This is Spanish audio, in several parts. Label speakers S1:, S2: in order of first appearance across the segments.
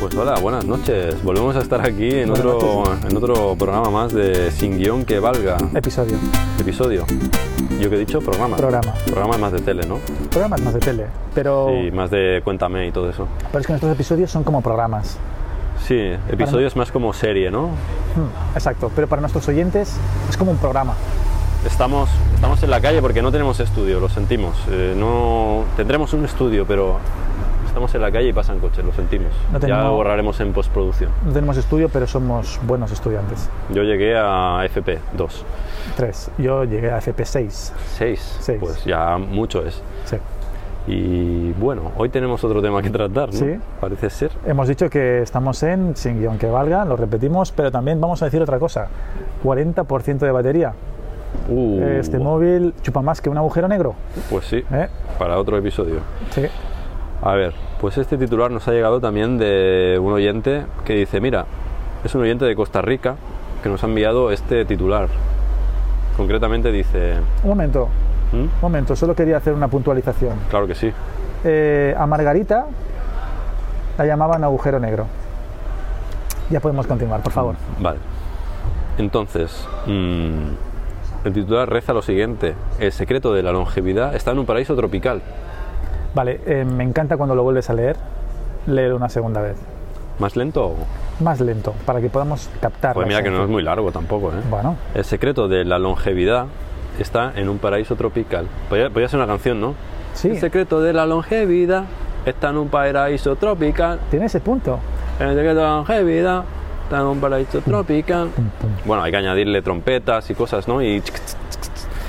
S1: Pues hola, buenas noches. Volvemos a estar aquí en,
S2: Buenas
S1: otro, en otro programa más de Sin Guión que Valga.
S2: Episodio,
S1: Episodio. Yo que he dicho, programa.
S2: programa. Oh.
S1: Programa más de tele, ¿no?
S2: Programas más de tele, pero,
S1: Y más de Cuéntame y todo eso.
S2: pero es que nuestros episodios son como programas.
S1: Sí, episodio es más como serie, ¿no?
S2: Hmm, Exacto, pero para nuestros oyentes es como un programa.
S1: Estamos, estamos en la calle porque no tenemos estudio, lo sentimos. Eh, no Tendremos un estudio, pero estamos en la calle y pasan coches, lo sentimos.
S2: No
S1: Ya
S2: tenemos-
S1: borraremos en postproducción.
S2: No tenemos estudio, pero somos buenos estudiantes.
S1: Yo llegué a FP2.
S2: Tres. Yo llegué a FP6.
S1: 6.
S2: Seis.
S1: Pues ya mucho es.
S2: Sí.
S1: Y bueno, hoy tenemos otro tema que tratar, ¿no?
S2: Sí.
S1: Parece ser.
S2: Hemos dicho que estamos en sin guión que valga, lo repetimos, pero también vamos a decir otra cosa. 40% de batería.
S1: Uh,
S2: Este móvil chupa más que un agujero negro.
S1: Pues sí,
S2: ¿eh?
S1: para otro episodio.
S2: Sí.
S1: A ver, pues este titular nos ha llegado también de un oyente que dice, mira, es un oyente de Costa Rica que nos ha enviado este titular. Concretamente dice,
S2: Un momento,
S1: ¿Mm?
S2: un momento, solo quería hacer una puntualización.
S1: claro que sí,
S2: Eh, a Margarita la llamaban agujero negro. Ya podemos continuar, por favor.
S1: Vale. Entonces, mm, el titular reza lo siguiente, el secreto de la longevidad está en un paraíso tropical. Mm.
S2: Vale, eh, me encanta cuando lo vuelves a leer, leer una segunda vez.
S1: ¿Más lento? o...?
S2: Más lento, para que podamos captar.
S1: Pues
S2: la
S1: mira que no es
S2: esencia.
S1: muy largo tampoco, ¿eh?
S2: Bueno,
S1: El secreto de la longevidad está en un paraíso tropical. Podría, podría ser una canción, ¿no?
S2: sí,
S1: El secreto de la longevidad está en un paraíso tropical.
S2: tiene ese punto.
S1: El secreto de la longevidad está en un paraíso tropical. Bueno, hay que añadirle trompetas y cosas, ¿no? Y tsk, tsk.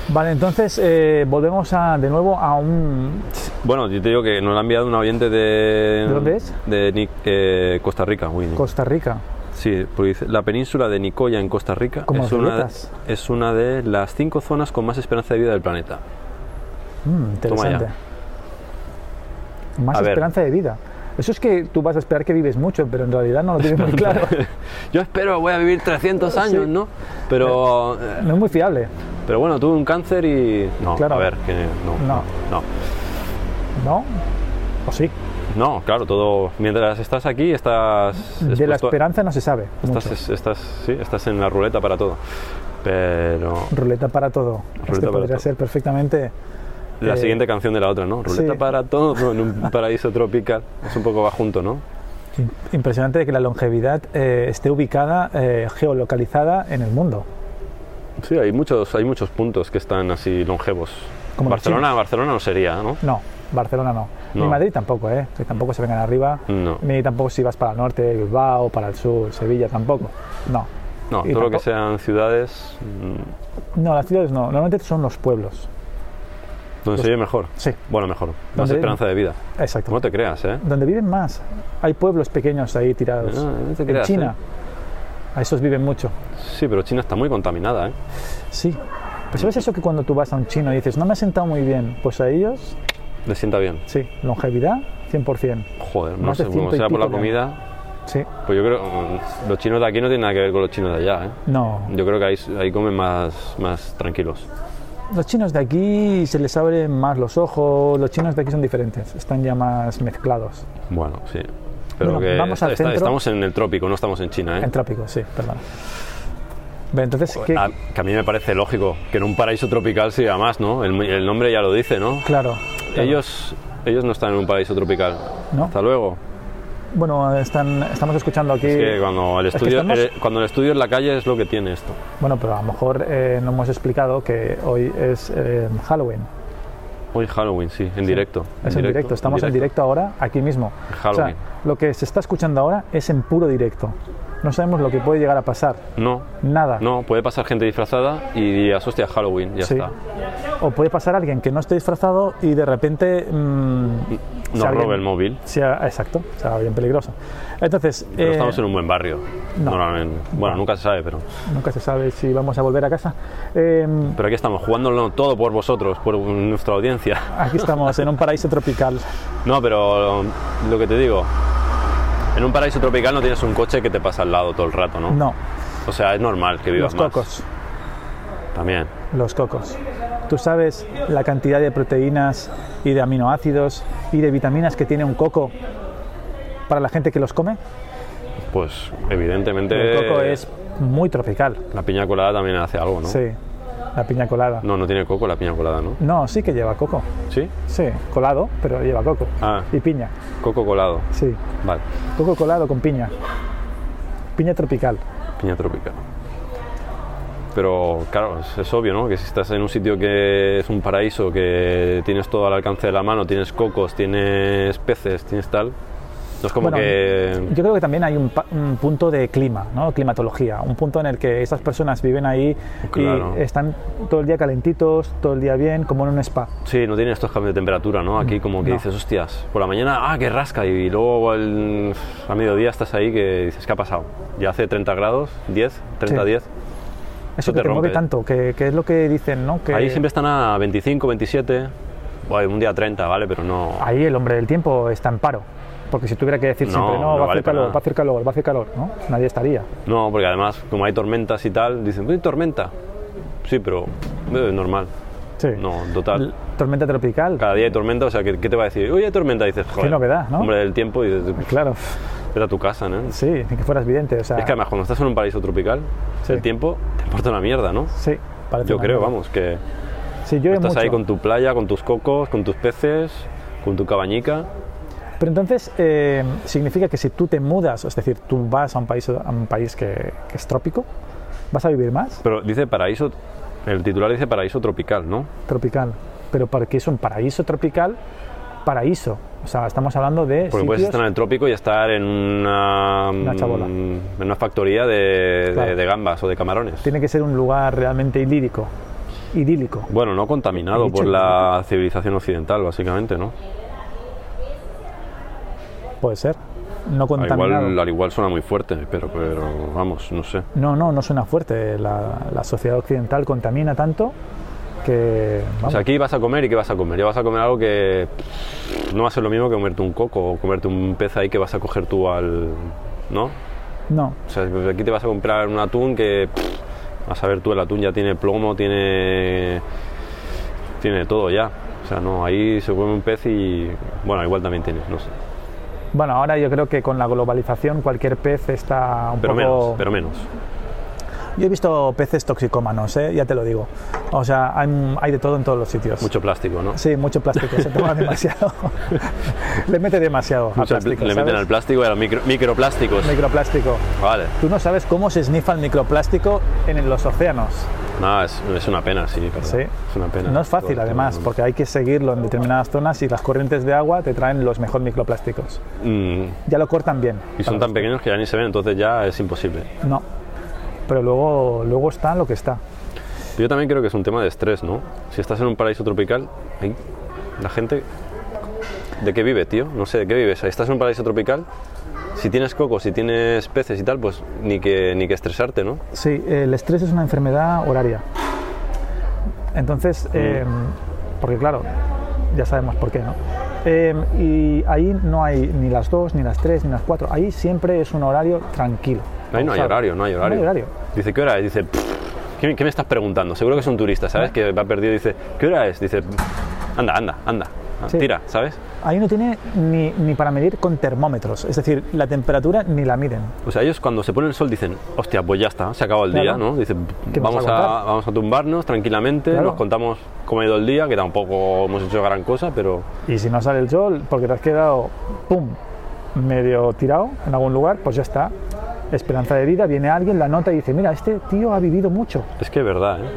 S2: Vale, entonces eh, volvemos a, de nuevo a un...
S1: bueno, yo te digo que nos lo ha enviado un oyente de.
S2: ¿De dónde es?
S1: De Ni- eh, Costa Rica, uy, Ni-
S2: Costa Rica.
S1: Sí, porque dice, la península de Nicoya en Costa Rica
S2: Como
S1: es una,
S2: atletas.
S1: es una de las cinco zonas con más esperanza de vida del planeta. Toma
S2: Mm,
S1: ya.
S2: interesante. Más
S1: A ver.
S2: esperanza de vida. Eso es que tú vas a esperar que vives mucho, pero en realidad no lo tienes muy claro.
S1: Yo espero, voy a vivir 300 años,
S2: Sí.
S1: ¿no? Pero, eh,
S2: No es muy fiable.
S1: pero bueno, tuve un cáncer y... No,
S2: Claro.
S1: a ver, que no,
S2: No.
S1: no, no.
S2: ¿No? ¿O sí?
S1: No, claro, todo... Mientras estás aquí, estás...
S2: De la
S1: expuesto a-
S2: esperanza no se sabe. mucho.
S1: Estás, estás, sí, estás en la ruleta para todo. Pero
S2: Ruleta para todo. este
S1: para
S2: podría
S1: todo.
S2: ser perfectamente.
S1: la
S2: Eh,
S1: siguiente canción de la otra, ¿no? Ruleta
S2: sí.
S1: para todo en un paraíso tropical. Es un poco va junto, ¿no?
S2: im- Impresionante que la longevidad eh, esté ubicada, eh, geolocalizada en el mundo.
S1: Sí, hay muchos, hay muchos puntos que están así longevos.
S2: Como los
S1: Barcelona, Barcelona no sería, ¿no?
S2: No, Barcelona no.
S1: No.
S2: Ni Madrid tampoco, ¿eh? Que tampoco se vengan arriba.
S1: No.
S2: Ni tampoco si vas para el norte, Bilbao, para el sur, Sevilla tampoco. No.
S1: No,
S2: Y
S1: todo lo que
S2: tampoco-
S1: sean ciudades, mm,
S2: No, las ciudades no. Normalmente son los pueblos.
S1: donde se vive mejor.
S2: Sí,
S1: Bueno, mejor. Más
S2: ¿Dónde?
S1: esperanza de vida.
S2: exacto.
S1: No te creas, ¿eh?
S2: Donde viven más. Hay pueblos pequeños ahí tirados.
S1: No, no te
S2: en
S1: creas, ¿eh?
S2: China. A esos viven mucho.
S1: Sí, pero China está muy contaminada, ¿eh?
S2: Sí. Pues sabes eso que cuando tú vas a un chino y dices, no me ha sentado muy bien, pues a ellos,
S1: Le sienta bien.
S2: sí, longevidad, 100%.
S1: Joder, no
S2: Más
S1: sé,
S2: de
S1: como
S2: ciento y
S1: sea por la
S2: pico de
S1: comida,
S2: Sí.
S1: pues yo creo mm, los chinos de aquí no tienen nada que ver con los chinos de allá, ¿eh?
S2: No.
S1: Yo creo que ahí, ahí comen más, más tranquilos.
S2: Los chinos de aquí se les abren más los ojos, los chinos de aquí son diferentes, están ya más mezclados.
S1: Bueno, sí. Pero
S2: Bueno,
S1: que
S2: vamos al centro.
S1: estamos en el trópico, no estamos en China, ¿eh?
S2: En trópicos, sí, perdón. Ve, entonces, ¿qué?
S1: A, Ah, que a mí me parece lógico que en un paraíso tropical se diga más, ¿no? El, el nombre ya lo dice, ¿no?
S2: Claro. claro.
S1: Ellos, ellos no están en un paraíso tropical.
S2: ¿No?
S1: Hasta luego.
S2: Bueno, están, estamos escuchando aquí...
S1: Es que cuando el
S2: Es que
S1: estudio,
S2: estamos-
S1: el- cuando el estudio en la calle es lo que tiene esto.
S2: Bueno, pero a lo mejor eh, no hemos explicado que hoy es eh, Halloween.
S1: Hoy Halloween, sí, en directo.
S2: Es en directo, estamos en directo ahora, aquí mismo.
S1: Halloween.
S2: O sea, lo que se está escuchando ahora es en puro directo. No sabemos lo que puede llegar a pasar,
S1: No,
S2: nada.
S1: no, puede pasar gente disfrazada y digas, hostia, Halloween, ya
S2: Sí.
S1: está.
S2: O puede pasar alguien que no esté disfrazado y de repente... mm,
S1: Nos
S2: sea
S1: roba
S2: bien-
S1: el móvil.
S2: sea- exacto, sea bien peligroso. Entonces,
S1: Pero
S2: eh,
S1: estamos en un buen barrio.
S2: no.
S1: Normalmente. Bueno, nunca se sabe, pero.
S2: nunca se sabe si vamos a volver a casa. Eh,
S1: Pero aquí estamos, jugándolo todo por vosotros, por nuestra audiencia.
S2: aquí estamos, en un paraíso tropical.
S1: No, pero lo que te digo, en un paraíso tropical no tienes un coche que te pasa al lado todo el rato, ¿no?
S2: No,
S1: O sea, es normal que vivas
S2: los
S1: más.
S2: cocos.
S1: También.
S2: los cocos. ¿Tú sabes la cantidad de proteínas y de aminoácidos y de vitaminas que tiene un coco para la gente que los come?
S1: Pues evidentemente
S2: El coco es muy tropical.
S1: la piña colada también hace algo, ¿no?
S2: Sí, la piña colada.
S1: No, no tiene coco la piña colada, ¿no?
S2: No, sí que lleva coco.
S1: ¿Sí?
S2: Sí, colado, pero lleva coco.
S1: Ah.
S2: Y piña,
S1: Coco colado.
S2: sí.
S1: Vale.
S2: Coco colado con piña. Piña tropical.
S1: Piña tropical. Pero claro, es, es obvio, ¿no? Que si estás en un sitio que es un paraíso, que tienes todo al alcance de la mano, tienes cocos, tienes peces, tienes tal. No es como
S2: Bueno,
S1: que.
S2: Yo creo que también hay un, pa- un punto de clima, ¿no? climatología, un punto en el que estas personas viven ahí
S1: Claro.
S2: y están todo el día calentitos, todo el día bien, como en un spa.
S1: Sí, no tiene estos cambios de temperatura, ¿no? Aquí como que
S2: no.
S1: dices, hostias, por la mañana, ah, que rasca, y luego al, a mediodía estás ahí que dices, ¿qué ha pasado? Ya hace 30 grados, 10, 30,
S2: Sí.
S1: 10.
S2: Eso
S1: Eso
S2: que
S1: te
S2: te, mueve
S1: rompe.
S2: tanto, que, que es lo que dicen, ¿no? Que
S1: Ahí siempre están a 25, 27, Buah, un día 30, ¿vale? Pero no...
S2: ahí el hombre del tiempo está en paro. Porque si tuviera que decir
S1: No,
S2: siempre, no,
S1: no
S2: va, a
S1: vale
S2: hacer
S1: para
S2: calor,
S1: nada.
S2: va a hacer calor, va a hacer calor, ¿no? Nadie estaría.
S1: No, porque además, como hay tormentas y tal, dicen, "Uy, tormenta? Sí, pero eh, normal.
S2: Sí.
S1: No, total.
S2: L- Tormenta tropical,
S1: Cada día hay tormenta, o sea, ¿qué, qué te va a decir? Oye, hay tormenta, dices, joder.
S2: novedad, ¿no?
S1: Hombre del tiempo, y dices,
S2: claro,
S1: vete a tu casa, ¿no?
S2: sí, ni que fueras vidente, o sea,
S1: Es que además, cuando estás en un paraíso tropical,
S2: Sí.
S1: el tiempo te importa una mierda, ¿no?
S2: sí, parece
S1: Yo
S2: una
S1: creo,
S2: mierda.
S1: vamos, que
S2: Sí, llueve
S1: estás
S2: mucho.
S1: ahí con tu playa, con tus cocos, con tus peces, con tu cabañica.
S2: Pero entonces eh, significa que si tú te mudas, es decir, tú vas a un país, a un país que, que es trópico, vas a vivir más
S1: Pero dice paraíso, el titular dice paraíso tropical, ¿no?
S2: tropical. Pero porque es un paraíso tropical, paraíso. O sea, estamos hablando de
S1: Porque puedes
S2: sitios
S1: estar en el trópico y estar en una, mm,
S2: chabola.
S1: en una factoría de, de-
S2: Claro.
S1: de gambas o de camarones.
S2: tiene que ser un lugar realmente idílico. Idílico.
S1: Bueno, no
S2: He
S1: contaminado
S2: dicho
S1: por
S2: que
S1: la civilización occidental, básicamente, ¿no?
S2: Puede ser. No
S1: Al
S2: contaminado.
S1: Ah, igual, al igual suena muy fuerte, pero, pero vamos, no sé.
S2: No, no, no suena fuerte. La, la sociedad occidental contamina tanto que.
S1: O
S2: vamos,
S1: sea, aquí vas a comer y ¿qué vas a comer? Ya vas a comer algo que pff, no va a ser lo mismo que comerte un coco o comerte un pez ahí que vas a coger tú al... ¿No?
S2: no.
S1: O sea, pues aquí te vas a comprar un atún que... pff, vas a ver tú, el atún ya tiene plomo, tiene... Tiene todo ya. O sea, no, ahí se come un pez y... Bueno, igual también tiene, no sé.
S2: Bueno, ahora yo creo que con la globalización cualquier pez está un
S1: Pero
S2: poco.
S1: menos, pero menos.
S2: Yo he visto peces toxicómanos, ¿eh? ya te lo digo. O sea, hay, hay de todo en todos los sitios.
S1: Mucho plástico, ¿no?
S2: Sí, mucho plástico, se toma demasiado. le mete demasiado a
S1: O sea,
S2: plástico,
S1: le meten
S2: ¿sabes?
S1: al plástico y a los micro- microplásticos.
S2: Microplástico.
S1: Vale.
S2: Tú no sabes cómo se snifa el microplástico en los océanos.
S1: No, es, es una pena, sí, perdón.
S2: Sí.
S1: Es una pena.
S2: No es fácil,
S1: Todo-
S2: además,
S1: todo-
S2: porque hay que seguirlo en determinadas zonas y las corrientes de agua te traen los mejores microplásticos.
S1: Mm,
S2: Ya lo cortan bien.
S1: y son tan pequeños que ya ni se ven, entonces ya es imposible.
S2: No. Pero luego, luego está lo que está.
S1: Yo también creo que es un tema de estrés, ¿no? Si estás en un paraíso tropical, ahí, la gente... ¿De qué vive, tío? No sé, ¿de qué vives? Estás en un paraíso tropical, si tienes cocos, si tienes peces y tal, pues ni que, ni que estresarte, ¿no?
S2: Sí, el estrés es una enfermedad horaria.
S1: Mm.
S2: Entonces, eh, porque claro, ya sabemos por qué, ¿no? Eh, y ahí no hay ni las 2, ni las 3, ni las 4. Ahí siempre es un horario tranquilo.
S1: Ahí no hay
S2: pausado.
S1: horario, no hay horario.
S2: horario.
S1: Dice, ¿qué hora es? Dice, "Pff, ¿qué, qué me estás preguntando? Seguro que es un turista, ¿sabes? Que va perdido y dice, ¿qué hora es? Dice, anda, anda, anda,
S2: Sí.
S1: tira, ¿sabes?
S2: Ahí no tiene ni, ni para medir con termómetros. Es decir, la temperatura ni la miden.
S1: O sea, ellos cuando se pone el sol dicen, hostia, pues ya está, se acabó el
S2: Claro.
S1: día, ¿no? Dicen,
S2: ¿Qué vas
S1: vamos
S2: a
S1: a,
S2: contar?
S1: vamos a tumbarnos tranquilamente,
S2: Claro.
S1: nos contamos cómo ha ido el día, que tampoco hemos hecho gran cosa, pero
S2: Y si no sale el sol porque te has quedado, pum, medio tirado en algún lugar, pues ya está. Esperanza de vida, viene alguien, la nota y dice, mira, este tío ha vivido mucho.
S1: es que es verdad, ¿eh?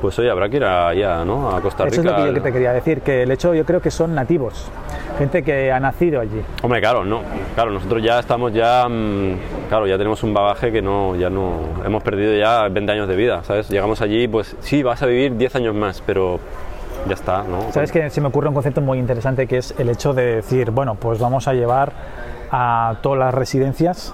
S1: Pues hoy habrá que ir allá, ¿no? A Costa Rica.
S2: Eso es lo que yo
S1: al-
S2: que te quería decir, que el hecho yo creo que son nativos, gente que ha nacido allí.
S1: Hombre, claro, no. Claro, nosotros ya estamos ya. mm, Claro, ya tenemos un bagaje que no. Ya no. Hemos perdido ya 20 años de vida, ¿sabes? Llegamos allí, pues sí, vas a vivir 10 años más, pero ya está, ¿no?
S2: Sabes que se me ocurre un concepto muy interesante que es el hecho de decir, bueno, pues vamos a llevar a todas las residencias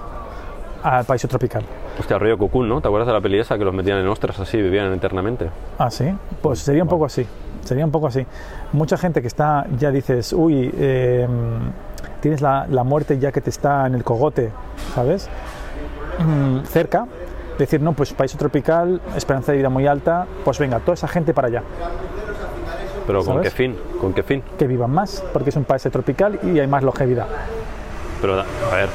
S2: al país tropical.
S1: Hostia, rollo Cucún, ¿no? ¿Te acuerdas de la peli esa que los metían en ostras así, vivían eternamente?
S2: Ah, sí, pues sería un poco así, sería un poco así. Mucha gente que está, ya dices, uy, eh, tienes la, la muerte ya que te está en el cogote, ¿sabes? Mm, cerca, decir, no, pues país tropical, esperanza de vida muy alta, pues venga, toda esa gente para allá.
S1: Pero ¿con
S2: ¿Sabes?
S1: qué fin? ¿Con qué fin?
S2: Que vivan más, porque es un país tropical y hay más longevidad.
S1: Pero, da- a ver.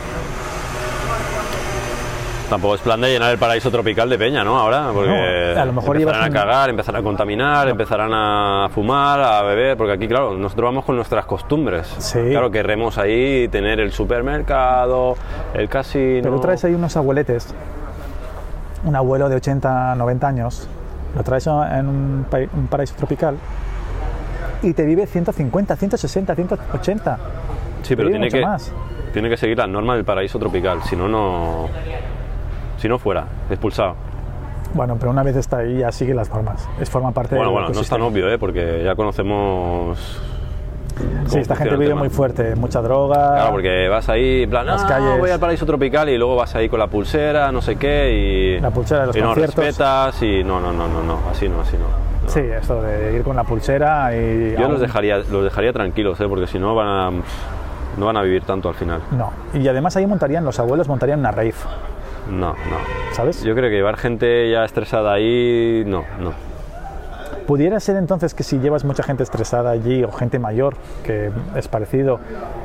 S1: Tampoco es plan de llenar el paraíso tropical de peña, ¿no? Ahora, porque
S2: No, a lo mejor
S1: empezarán
S2: llevas
S1: a
S2: un-
S1: cagar, empezarán a contaminar, empezarán a fumar, a beber, porque aquí, claro, nosotros vamos con nuestras costumbres.
S2: Sí.
S1: Claro, queremos ahí tener el supermercado, el casino.
S2: Pero traes ahí unos abueletes, un abuelo de 80, 90 años, lo traes a- en un, pai- un paraíso tropical y te vive 150, 160, 180.
S1: Sí, pero
S2: Vive
S1: tiene
S2: mucho
S1: que,
S2: más.
S1: tiene que seguir las normas del paraíso tropical, si no, no. Si no fuera, expulsado.
S2: Bueno, pero una vez está ahí ya sigue las normas. Es forma parte
S1: Bueno,
S2: del
S1: bueno, no es tan
S2: ecosistema.
S1: obvio, ¿eh? Porque ya conocemos.
S2: Sí,
S1: cómo
S2: esta
S1: funciona
S2: gente
S1: el
S2: vive
S1: tema.
S2: muy fuerte, mucha droga.
S1: Claro, porque vas ahí, en plan,
S2: Las
S1: "Ah,
S2: calles".
S1: voy al paraíso tropical y luego vas ahí con la pulsera, no sé qué, y.
S2: La pulsera de los
S1: y no
S2: conciertos.
S1: respetas, y no, no, no, no, no, así no, así no. no.
S2: Sí, esto de ir con la pulsera y.
S1: Yo
S2: aún-
S1: los dejaría, los dejaría tranquilos, ¿eh? Porque si no van a. No van a vivir tanto al final.
S2: No, y además ahí montarían, los abuelos montarían una rave,
S1: No, no.
S2: ¿sabes?
S1: Yo creo que llevar gente ya estresada ahí, no, no.
S2: ¿Pudiera ser entonces que si llevas mucha gente estresada allí o gente mayor, que es parecido,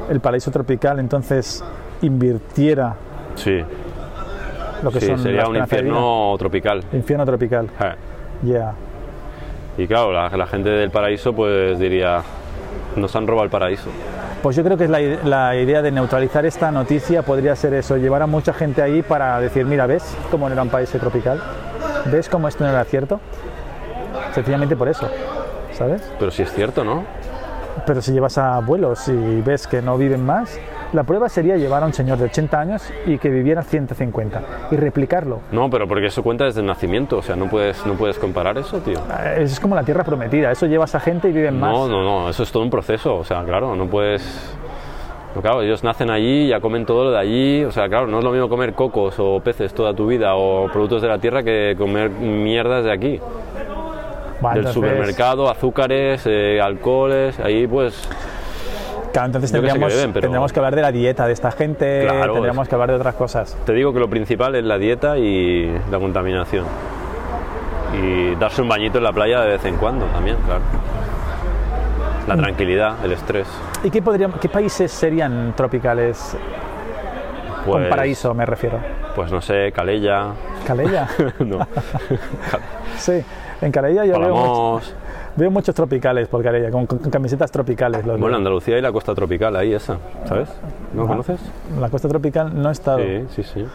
S2: el paraíso tropical entonces invirtiera
S1: Sí,
S2: lo que
S1: sí,
S2: son
S1: sería
S2: la
S1: un
S2: esperanza de
S1: infierno tropical.
S2: vida? Infierno tropical,
S1: Ja.
S2: ya.
S1: Y claro, la, la gente del paraíso pues diría, nos han robado el paraíso.
S2: Pues yo creo que es la, ide- la idea de neutralizar esta noticia podría ser eso, llevar a mucha gente ahí para decir, mira, ¿ves cómo no era un país tropical? ¿Ves cómo esto no era cierto? Sencillamente por eso, ¿sabes?
S1: Pero si es cierto, ¿no?
S2: Pero si llevas a abuelos y ves que no viven más, la prueba sería llevar a un señor de 80 años y que viviera 150 y replicarlo.
S1: No, pero porque eso cuenta desde el nacimiento, o sea, no puedes, no puedes comparar eso, tío.
S2: Eh, Es como la tierra prometida, eso llevas a gente y viven más.
S1: No, no, no, eso es todo un proceso, o sea, claro, no puedes... no, Claro, ellos nacen allí, ya comen todo lo de allí, o sea, claro, no es lo mismo comer cocos o peces toda tu vida o productos de la tierra que comer mierdas de aquí,
S2: Va,
S1: del
S2: entonces-
S1: supermercado, azúcares, eh, alcoholes, ahí pues
S2: Claro, entonces
S1: Yo que sé que
S2: tendríamos,
S1: beben, pero-
S2: tendríamos que hablar de la dieta de esta gente,
S1: Claro,
S2: tendríamos
S1: es-
S2: que hablar de otras cosas.
S1: Te digo que lo principal es la dieta y la contaminación. Y darse un bañito en la playa de vez en cuando también, claro. La tranquilidad, el estrés.
S2: ¿Y qué, podríamos, qué países serían tropicales
S1: Pues,
S2: con paraíso, me refiero?
S1: Pues no sé, Calella.
S2: ¿Calella?
S1: no.
S2: sí, en Calella yo veo, mucho-
S1: Palamos.
S2: veo muchos tropicales por Calella, con, con- con camisetas tropicales. los
S1: Bueno,
S2: veo.
S1: Andalucía y la costa tropical, ahí esa, ¿sabes? ¿No
S2: Ah.
S1: conoces?
S2: la costa tropical no he estado.
S1: Sí, sí, sí.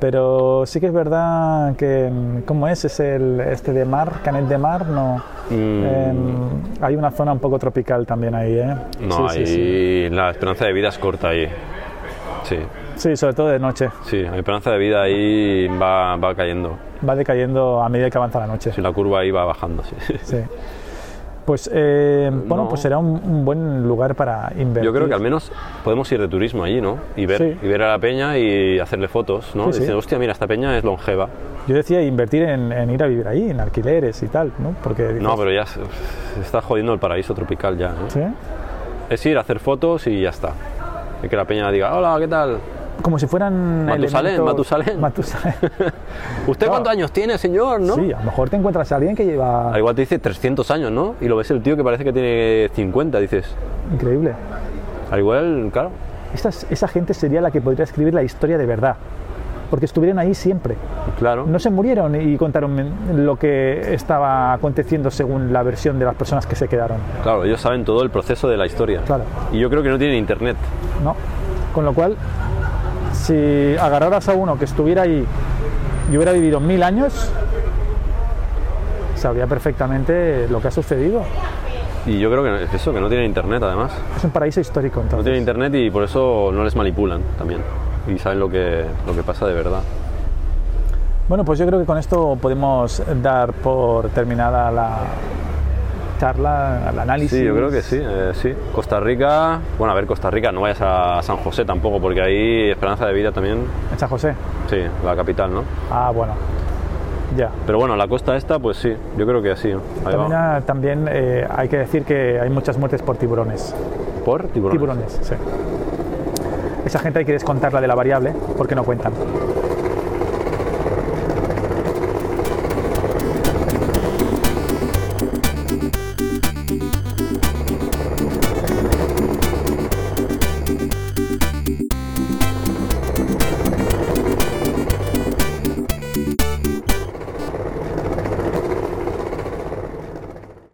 S2: Pero sí que es verdad que, mm, ¿cómo es? Es el este de mar, Canet de Mar, no.
S1: Mm,
S2: Em, hay una zona un poco tropical también ahí, ¿eh?
S1: no,
S2: sí,
S1: ahí
S2: sí, sí.
S1: la esperanza de vida es corta ahí. Sí,
S2: Sí, sobre todo de noche.
S1: sí, la esperanza de vida ahí va, va cayendo.
S2: Va decayendo a medida que avanza la noche.
S1: Sí,
S2: Sí.
S1: la curva ahí va bajando, sí.
S2: Pues, eh, bueno,
S1: No.
S2: pues será un, un buen lugar para invertir.
S1: Yo creo que al menos podemos ir de turismo allí, ¿no? Y ver,
S2: Sí.
S1: y ver a la peña y hacerle fotos, ¿no?
S2: Sí, sí.
S1: Dicen, hostia, mira, esta peña es longeva.
S2: Yo decía invertir en, en ir a vivir ahí, en alquileres y tal, ¿no? Porque... dices,
S1: No, pero ya se se está jodiendo el paraíso tropical ya, ¿eh?
S2: ¿sí?
S1: Es ir a hacer fotos y ya está. Y que la peña diga, hola, ¿qué tal?
S2: Como si fueran...
S1: Matusalén,
S2: elementos-
S1: Matusalén.
S2: Matusalén.
S1: ¿Usted cuántos años tiene, señor? ¿No?
S2: Sí, a lo mejor te encuentras a alguien que lleva...
S1: Al igual te dice 300 años, ¿no? Y lo ves el tío que parece que tiene 50, dices.
S2: Increíble.
S1: Al igual, claro.
S2: Esta, es- esa gente sería la que podría escribir la historia de verdad, porque estuvieron ahí siempre.
S1: Claro.
S2: No se murieron y contaron men- lo que estaba aconteciendo según la versión de las personas que se quedaron.
S1: Claro, ellos saben todo el proceso de la historia.
S2: Claro.
S1: Y yo creo que no tienen internet.
S2: ¿no? Con lo cual, si agarraras a uno que estuviera ahí y hubiera vivido mil años, sabría perfectamente lo que ha sucedido.
S1: Y yo creo que es eso, que no tienen internet además.
S2: Es un paraíso histórico,
S1: No
S2: entonces.
S1: tienen internet y por eso no les manipulan también. Y saben lo que, lo que pasa de verdad.
S2: Bueno, pues yo creo que con esto podemos dar por terminada la charla, el análisis.
S1: Sí, yo creo que sí, eh, sí. Costa Rica, bueno, a ver, Costa Rica, no vayas a San José tampoco, porque ahí esperanza de vida también,
S2: En San José.
S1: sí, la capital, ¿no?
S2: Ah, bueno. Ya.
S1: Pero bueno, la costa esta, pues sí, yo creo que sí. Ahí
S2: También,
S1: va.
S2: ah, también eh, hay que decir que hay muchas muertes por tiburones.
S1: ¿Por? Tiburones.
S2: Tiburones, sí. Esa gente hay que descontarla de la variable porque no cuentan.